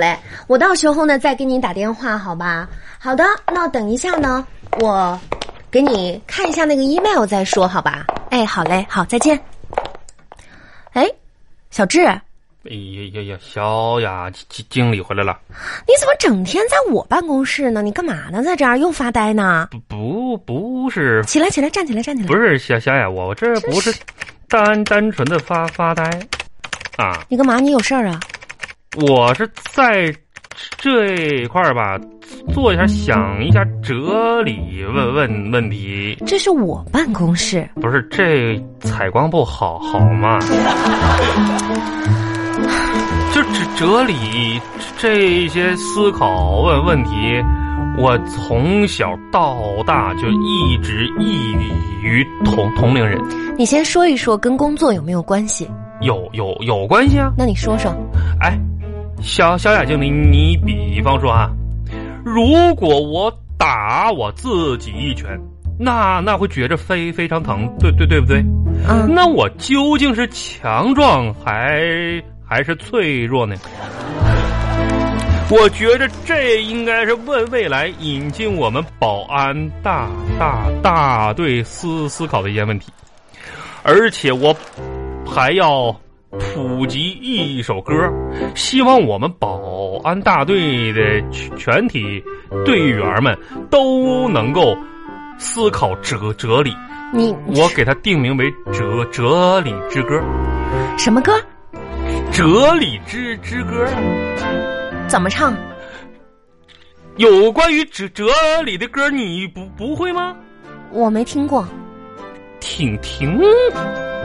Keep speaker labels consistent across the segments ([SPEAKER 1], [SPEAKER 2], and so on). [SPEAKER 1] 哎我到时候呢再给你打电话，好吧？好的，那等一下呢，我给你看一下那个 email 再说，好吧？哎，好嘞，好，再见。哎，小智，
[SPEAKER 2] 哎呀呀呀，小雅经经理回来了，
[SPEAKER 1] 你怎么整天在我办公室呢？你干嘛呢？在这儿又发呆呢？
[SPEAKER 2] 不不 不是
[SPEAKER 1] 起来，起来，站起来，站起来！
[SPEAKER 2] 嗯不是小小雅，我这不是单单纯的发发呆啊，
[SPEAKER 1] 你干嘛？你有事儿啊？
[SPEAKER 2] 我是在这块儿吧，做一下想一下哲理问问问题，
[SPEAKER 1] 这是我办公室，
[SPEAKER 2] 不是这采光不好好吗？ 就哲哲理这些思考问问题，我从小到大就一直异于同同龄人，
[SPEAKER 1] 你先说一说跟工作有没有关系？
[SPEAKER 2] 有有有关系啊！
[SPEAKER 1] 那你说说，
[SPEAKER 2] 哎，小小雅经理，你比方说啊，如果我打我自己一拳，那那会觉着非非常疼，对对对不对？
[SPEAKER 1] 嗯，
[SPEAKER 2] 那我究竟是强壮还还是脆弱呢？我觉着这应该是为未来引进我们保安大大大队思思考的一些问题，而且我还要普及一首歌，希望我们保安大队的全全体队员们都能够思考哲哲理。
[SPEAKER 1] 你
[SPEAKER 2] 我给它定名为哲《哲理之歌》，
[SPEAKER 1] 什么歌？
[SPEAKER 2] 《哲理之之歌》
[SPEAKER 1] 怎么唱？
[SPEAKER 2] 有关于哲哲理的歌，你不不会吗？
[SPEAKER 1] 我没听过。
[SPEAKER 2] 挺挺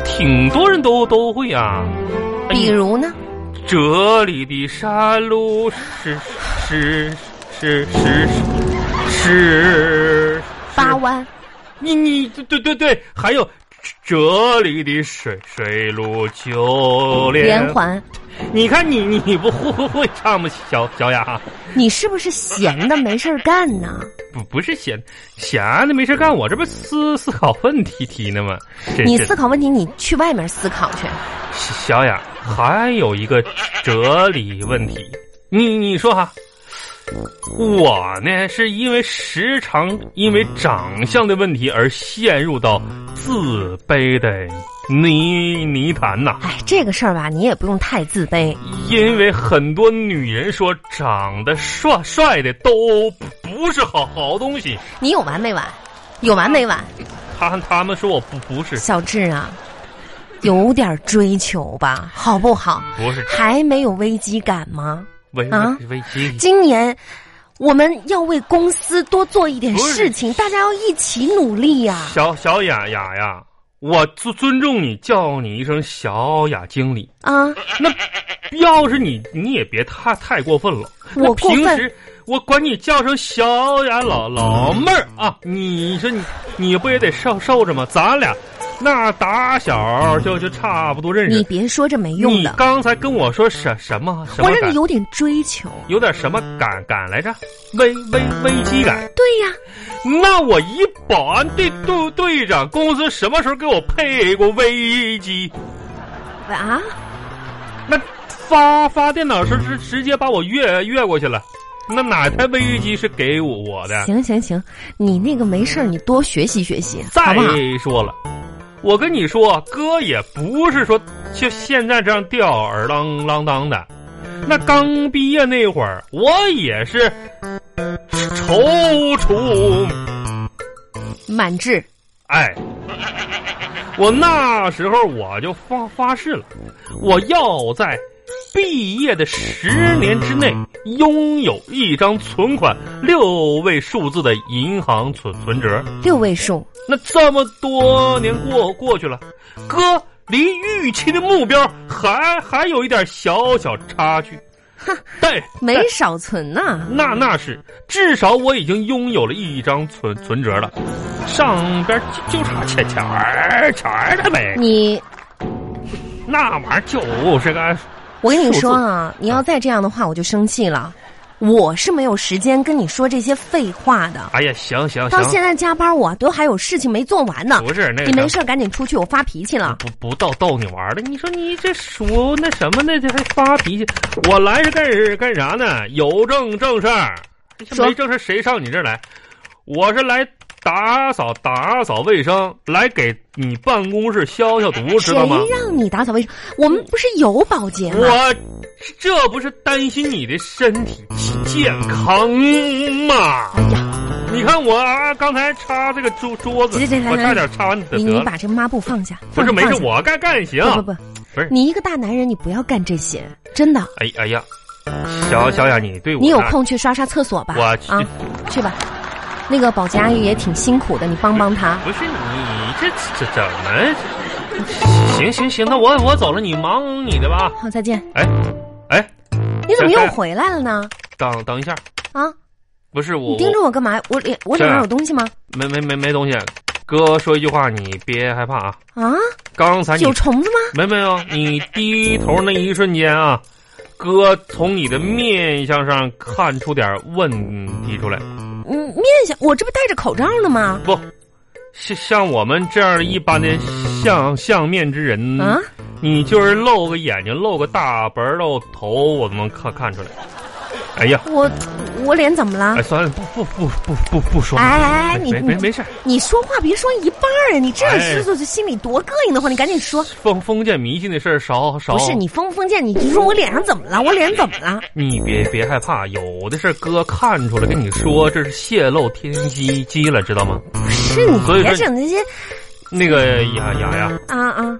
[SPEAKER 2] 挺多人都都会啊。哎
[SPEAKER 1] 比如呢？
[SPEAKER 2] 这里的山路是是是是是是
[SPEAKER 1] 八弯。
[SPEAKER 2] 你你对对对对，还有这里的水水路九连
[SPEAKER 1] 连。环，
[SPEAKER 2] 你看你你不会会唱吗？小小雅。
[SPEAKER 1] 你是不是闲的没事儿干呢？
[SPEAKER 2] 不不是闲闲的没事干，我这不思思考问题题呢吗？真
[SPEAKER 1] 你
[SPEAKER 2] 是
[SPEAKER 1] 思考问题，你去外面思考去。
[SPEAKER 2] 小雅还有一个哲理问题，你你说哈，我呢是因为时常因为长相的问题而陷入到自卑的泥泥潭呐、
[SPEAKER 1] 哎，这个事儿吧，你也不用太自卑。
[SPEAKER 2] 因为很多女人说长得帅帅的都不是好好东西，
[SPEAKER 1] 你有完没完？有完没完？
[SPEAKER 2] 她她们说我不不是
[SPEAKER 1] 小智啊，有点追求吧，好不好？
[SPEAKER 2] 不是
[SPEAKER 1] 还没有危机感吗？
[SPEAKER 2] 危
[SPEAKER 1] 啊
[SPEAKER 2] 危机。
[SPEAKER 1] 今年我们要为公司多做一点
[SPEAKER 2] 不是
[SPEAKER 1] 事情，大家要一起努力呀、
[SPEAKER 2] 小小雅雅呀，我尊尊重你，叫你一声小雅经理。
[SPEAKER 1] 啊！
[SPEAKER 2] 那要是你，你也别太太过分了。
[SPEAKER 1] 我
[SPEAKER 2] 那
[SPEAKER 1] 过
[SPEAKER 2] 平
[SPEAKER 1] 分
[SPEAKER 2] 时我管你叫声小雅老老妹儿啊，你说你你不也得受受着吗？咱俩那打小就就差不多认识。
[SPEAKER 1] 你别说这没用
[SPEAKER 2] 你
[SPEAKER 1] 的，
[SPEAKER 2] 刚才跟我说什什么什
[SPEAKER 1] 我
[SPEAKER 2] 么
[SPEAKER 1] 让
[SPEAKER 2] 感
[SPEAKER 1] 你？有点追求。
[SPEAKER 2] 有点什么感感来着？危危危机感。
[SPEAKER 1] 对呀、
[SPEAKER 2] 那我一保安队队队长，公司什么时候给我配过危机？
[SPEAKER 1] 啊，
[SPEAKER 2] 那发发电脑时直直接把我越越过去了，那哪台危机是给我我的？
[SPEAKER 1] 行行行，你那个没事儿，你多学习学习，好
[SPEAKER 2] 再
[SPEAKER 1] 不好？
[SPEAKER 2] 说了，我跟你说，哥也不是说就现在这样吊儿郎郎当的。那刚毕业那会儿，我也是踌躇
[SPEAKER 1] 满志，
[SPEAKER 2] 哎，我那时候我就发发誓了，我要在毕业的十年之内拥有一张存款六位数字的银行存存折。
[SPEAKER 1] 六位数，
[SPEAKER 2] 那这么多年过过去了，哥离预期的目标还还有一点小小差距。但
[SPEAKER 1] 没
[SPEAKER 2] 但
[SPEAKER 1] 少存呐、
[SPEAKER 2] 那那是，至少我已经拥有了一张存存折了，上边就就差钱钱儿钱儿的呗，
[SPEAKER 1] 你，
[SPEAKER 2] 那玩意儿就是个
[SPEAKER 1] 我跟你
[SPEAKER 2] 数字
[SPEAKER 1] 说啊，你要再这样的话，我就生气了。我是没有时间跟你说这些废话的。
[SPEAKER 2] 哎呀，行行
[SPEAKER 1] 到
[SPEAKER 2] 行，
[SPEAKER 1] 现在加班，我都还有事情没做完呢。
[SPEAKER 2] 不是那个
[SPEAKER 1] 你没
[SPEAKER 2] 啥
[SPEAKER 1] 事儿赶紧出去，我发脾气了。
[SPEAKER 2] 不不到逗你玩儿的，你说你这属那什么呢？这还发脾气，我来是干干啥呢？有正正事儿，
[SPEAKER 1] 说
[SPEAKER 2] 没正事儿谁上你这儿来？我是来打扫打扫卫生，来给你办公室消消毒，知
[SPEAKER 1] 谁
[SPEAKER 2] 道吗？
[SPEAKER 1] 让你打扫卫生？我们不是有保洁吗？
[SPEAKER 2] 我这不是担心你的身体健康吗？
[SPEAKER 1] 哎呀，
[SPEAKER 2] 你看我啊，刚才擦这个桌桌子
[SPEAKER 1] 行行，行
[SPEAKER 2] 我差
[SPEAKER 1] 行
[SPEAKER 2] 点擦完得
[SPEAKER 1] 你
[SPEAKER 2] 得
[SPEAKER 1] 你
[SPEAKER 2] 了，
[SPEAKER 1] 把这抹布放下。
[SPEAKER 2] 不是
[SPEAKER 1] 放
[SPEAKER 2] 没事
[SPEAKER 1] 放，下
[SPEAKER 2] 我干干行。
[SPEAKER 1] 不不不，
[SPEAKER 2] 不是
[SPEAKER 1] 你一个大男人，你不要干这些，真的。
[SPEAKER 2] 哎哎呀，小小雅，你对我
[SPEAKER 1] 你有
[SPEAKER 2] 那
[SPEAKER 1] 空去刷刷厕所吧。
[SPEAKER 2] 我去
[SPEAKER 1] 啊，去吧。那个保洁阿姨也挺辛苦的，你帮帮她。
[SPEAKER 2] 不是你这这怎么？行行行，那我我走了，你忙你的吧。
[SPEAKER 1] 好，再见。
[SPEAKER 2] 哎哎，
[SPEAKER 1] 你怎么
[SPEAKER 2] 再
[SPEAKER 1] 又
[SPEAKER 2] 见
[SPEAKER 1] 回来了 呢？
[SPEAKER 2] 等等一下，
[SPEAKER 1] 啊，
[SPEAKER 2] 不是我啊
[SPEAKER 1] 你盯着我干嘛？我脸我
[SPEAKER 2] 这
[SPEAKER 1] 脸
[SPEAKER 2] 样
[SPEAKER 1] 上有东西吗？
[SPEAKER 2] 我没没没没东西。哥说一句话，你别害怕啊。
[SPEAKER 1] 啊，
[SPEAKER 2] 刚才你
[SPEAKER 1] 有虫子吗？
[SPEAKER 2] 没没有，你低头那一瞬间啊，哥从你的面相上看出点问题出来。
[SPEAKER 1] 嗯，面相，我这不戴着口罩呢吗？
[SPEAKER 2] 不，像像我们这样一般的相相面之人
[SPEAKER 1] 啊，
[SPEAKER 2] 你就是露个眼睛，露个大白露头，我都能看看出来。哎呀，
[SPEAKER 1] 我我脸怎么了
[SPEAKER 2] 哎，？算了，不不不不不不说了。
[SPEAKER 1] 啊哎哎哎，
[SPEAKER 2] 没
[SPEAKER 1] 你
[SPEAKER 2] 没没
[SPEAKER 1] 你
[SPEAKER 2] 没事儿，
[SPEAKER 1] 你说话别说一半儿啊！你
[SPEAKER 2] 哎
[SPEAKER 1] 这样是就是心里多膈应的慌，你赶紧说。
[SPEAKER 2] 封封建迷信的事儿少少。
[SPEAKER 1] 不是你封不封建，你就说我脸上怎么了？我脸怎么了？
[SPEAKER 2] 你别别害怕，有的事儿哥看出来，跟你说这是泄露天机机了，知道吗？
[SPEAKER 1] 不是你
[SPEAKER 2] 嗯所以说
[SPEAKER 1] 别整那些
[SPEAKER 2] 那个雅雅呀，
[SPEAKER 1] 啊啊！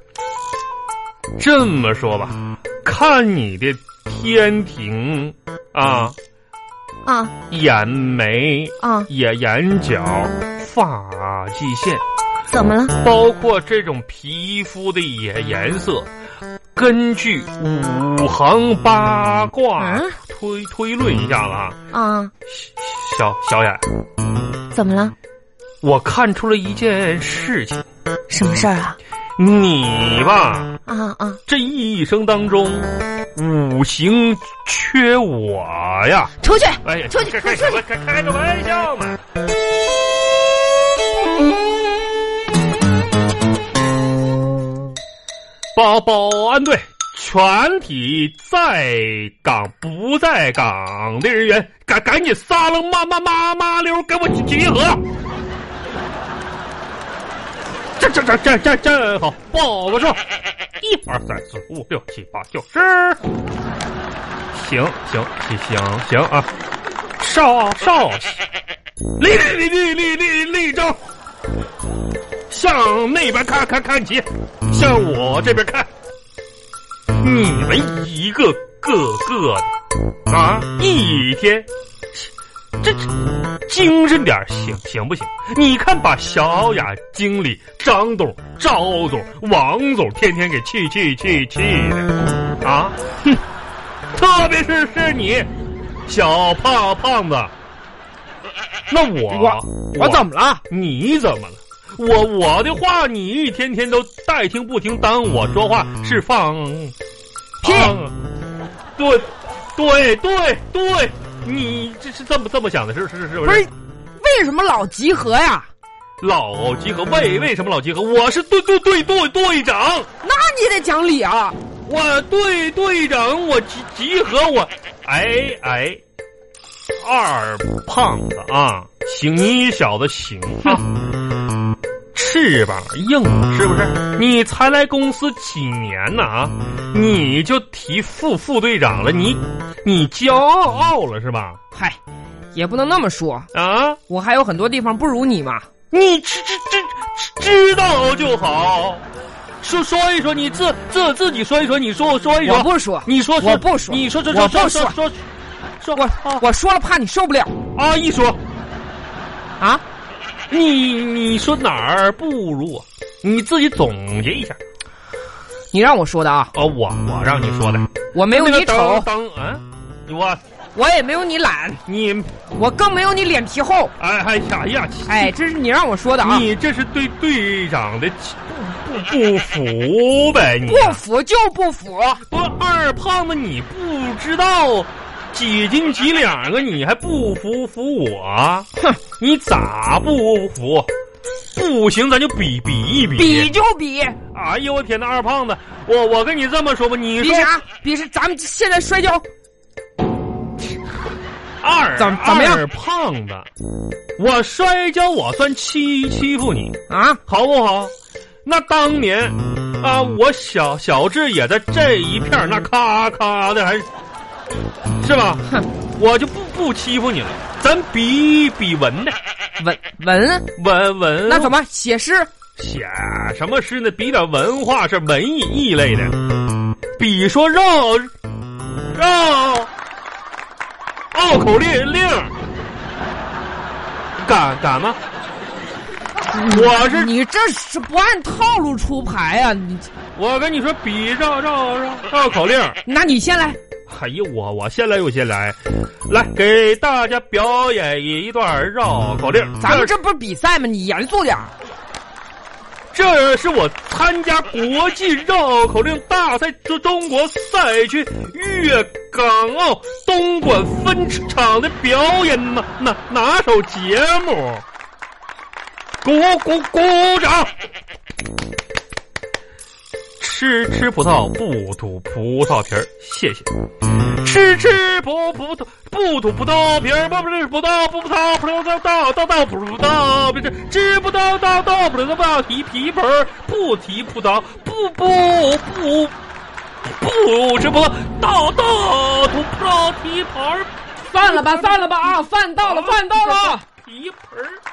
[SPEAKER 2] 这么说吧，看你的天庭啊，
[SPEAKER 1] 啊
[SPEAKER 2] 眼眉、
[SPEAKER 1] 啊，
[SPEAKER 2] 眼眼角、发际线，
[SPEAKER 1] 怎么了？
[SPEAKER 2] 包括这种皮肤的颜颜色，根据五行八卦
[SPEAKER 1] 啊
[SPEAKER 2] 推推论一下子啊，
[SPEAKER 1] 啊，
[SPEAKER 2] 小小雅，
[SPEAKER 1] 怎么了？
[SPEAKER 2] 我看出了一件事情，
[SPEAKER 1] 什么事儿啊？
[SPEAKER 2] 你吧，
[SPEAKER 1] 啊啊！
[SPEAKER 2] 这一生当中，五行缺我呀。
[SPEAKER 1] 出去！
[SPEAKER 2] 哎呀，
[SPEAKER 1] 出去
[SPEAKER 2] 这开
[SPEAKER 1] 出去
[SPEAKER 2] 什么开开个玩笑嘛！保保安队全体在岗不在岗的人员，赶赶紧撒楞妈妈妈妈溜，给我集合！这这这这这这好，报个数，一二三四五六七八九十。行行行行行啊！少少，立立立立立立正，向那边看看看齐，向我这边看。你们一个个个的啊，一天，这这精神点儿行行不行？你看把小雅经理、张总、赵总、王总天天给气气气气的啊！哼，特别是是你，小胖胖子，那我
[SPEAKER 3] 我怎么了？
[SPEAKER 2] 你怎么了？我我的话你一天天都代听不听，当我说话是放
[SPEAKER 3] 屁
[SPEAKER 2] 放对对对对，你这是这么这么想的，是是是是不
[SPEAKER 3] 不
[SPEAKER 2] 是？
[SPEAKER 3] 是，为什么老集合呀？
[SPEAKER 2] 老集合为为什么老集合？我是队队队队队长，
[SPEAKER 3] 那你得讲理啊！
[SPEAKER 2] 我队队长，我集集合我，哎哎，二胖子啊，行，你小子行啊，翅膀硬是不是？你才来公司几年呢啊，你就提副副队长了，你你骄傲了是吧？
[SPEAKER 3] 嗨，也不能那么说，
[SPEAKER 2] 啊，
[SPEAKER 3] 我还有很多地方不如你嘛。
[SPEAKER 2] 你知知知知道就好，说说一说，你自自自己说一说，你说我说一说，
[SPEAKER 3] 我不说，
[SPEAKER 2] 你说
[SPEAKER 3] 我不说
[SPEAKER 2] 你说说
[SPEAKER 3] 我
[SPEAKER 2] 说
[SPEAKER 3] 不
[SPEAKER 2] 说
[SPEAKER 3] 说
[SPEAKER 2] 说说啊
[SPEAKER 3] 我我说了怕你受不了
[SPEAKER 2] 阿姨说，
[SPEAKER 3] 啊！
[SPEAKER 2] 你你说哪儿不如我？你自己总结一下
[SPEAKER 3] 你让我说的啊，
[SPEAKER 2] 哦，我我让你说的，
[SPEAKER 3] 我没有哎你
[SPEAKER 2] 当
[SPEAKER 3] 丑，
[SPEAKER 2] 当啊，我
[SPEAKER 3] 我也没有你懒，
[SPEAKER 2] 你
[SPEAKER 3] 我更没有你脸皮厚。
[SPEAKER 2] 哎哎呀呀，
[SPEAKER 3] 哎，这是你让我说的啊，
[SPEAKER 2] 你这是对队长的不不不服呗？你
[SPEAKER 3] 不服就不服。
[SPEAKER 2] 不是二胖子，你不知道几斤几两啊？你还不服服我？啊哼，你咋不服？不行，咱就比比一比。
[SPEAKER 3] 比就比，
[SPEAKER 2] 哎呦我天呐，二胖子，我我跟你这么说吧，你
[SPEAKER 3] 比
[SPEAKER 2] 说
[SPEAKER 3] 啥？比是咱们现在摔跤，
[SPEAKER 2] 二
[SPEAKER 3] 怎怎么样
[SPEAKER 2] 二胖子，我摔跤我算欺欺负你，
[SPEAKER 3] 啊，
[SPEAKER 2] 好不好？那当年啊，我小小智也在这一片儿那咔咔的还，是吧？
[SPEAKER 3] 哼，
[SPEAKER 2] 我就不不欺负你了，咱比比文的
[SPEAKER 3] 文文，
[SPEAKER 2] 文文，
[SPEAKER 3] 那怎么写诗？
[SPEAKER 2] 写什么诗呢？比点文化是文艺一类的，比说绕绕拗哦口令令，敢敢吗？我是
[SPEAKER 3] 啊你这是不按套路出牌啊！你，
[SPEAKER 2] 我跟你说，比绕绕绕绕哦口令。
[SPEAKER 3] 那你先来，
[SPEAKER 2] 哎呀，我我先来，我先来，来给大家表演一段绕口令。
[SPEAKER 3] 咱们
[SPEAKER 2] 这
[SPEAKER 3] 这不是比赛吗？你严肃点儿。
[SPEAKER 2] 这是我参加国际绕口令大赛中中国赛区粤港澳东莞分场的表演拿拿拿手节目，鼓鼓鼓掌！吃吃葡萄不吐葡萄皮儿，谢谢。吃吃葡葡萄不吐葡萄皮儿，不不是葡萄不葡萄葡萄到到到葡萄不是吃葡萄到到葡萄到提皮盆儿，不提葡萄不不不不吃葡萄到到吐葡萄提盆儿，
[SPEAKER 3] 哦散了吧，散了吧啊！饭到了，饭到了。
[SPEAKER 2] 提盆儿。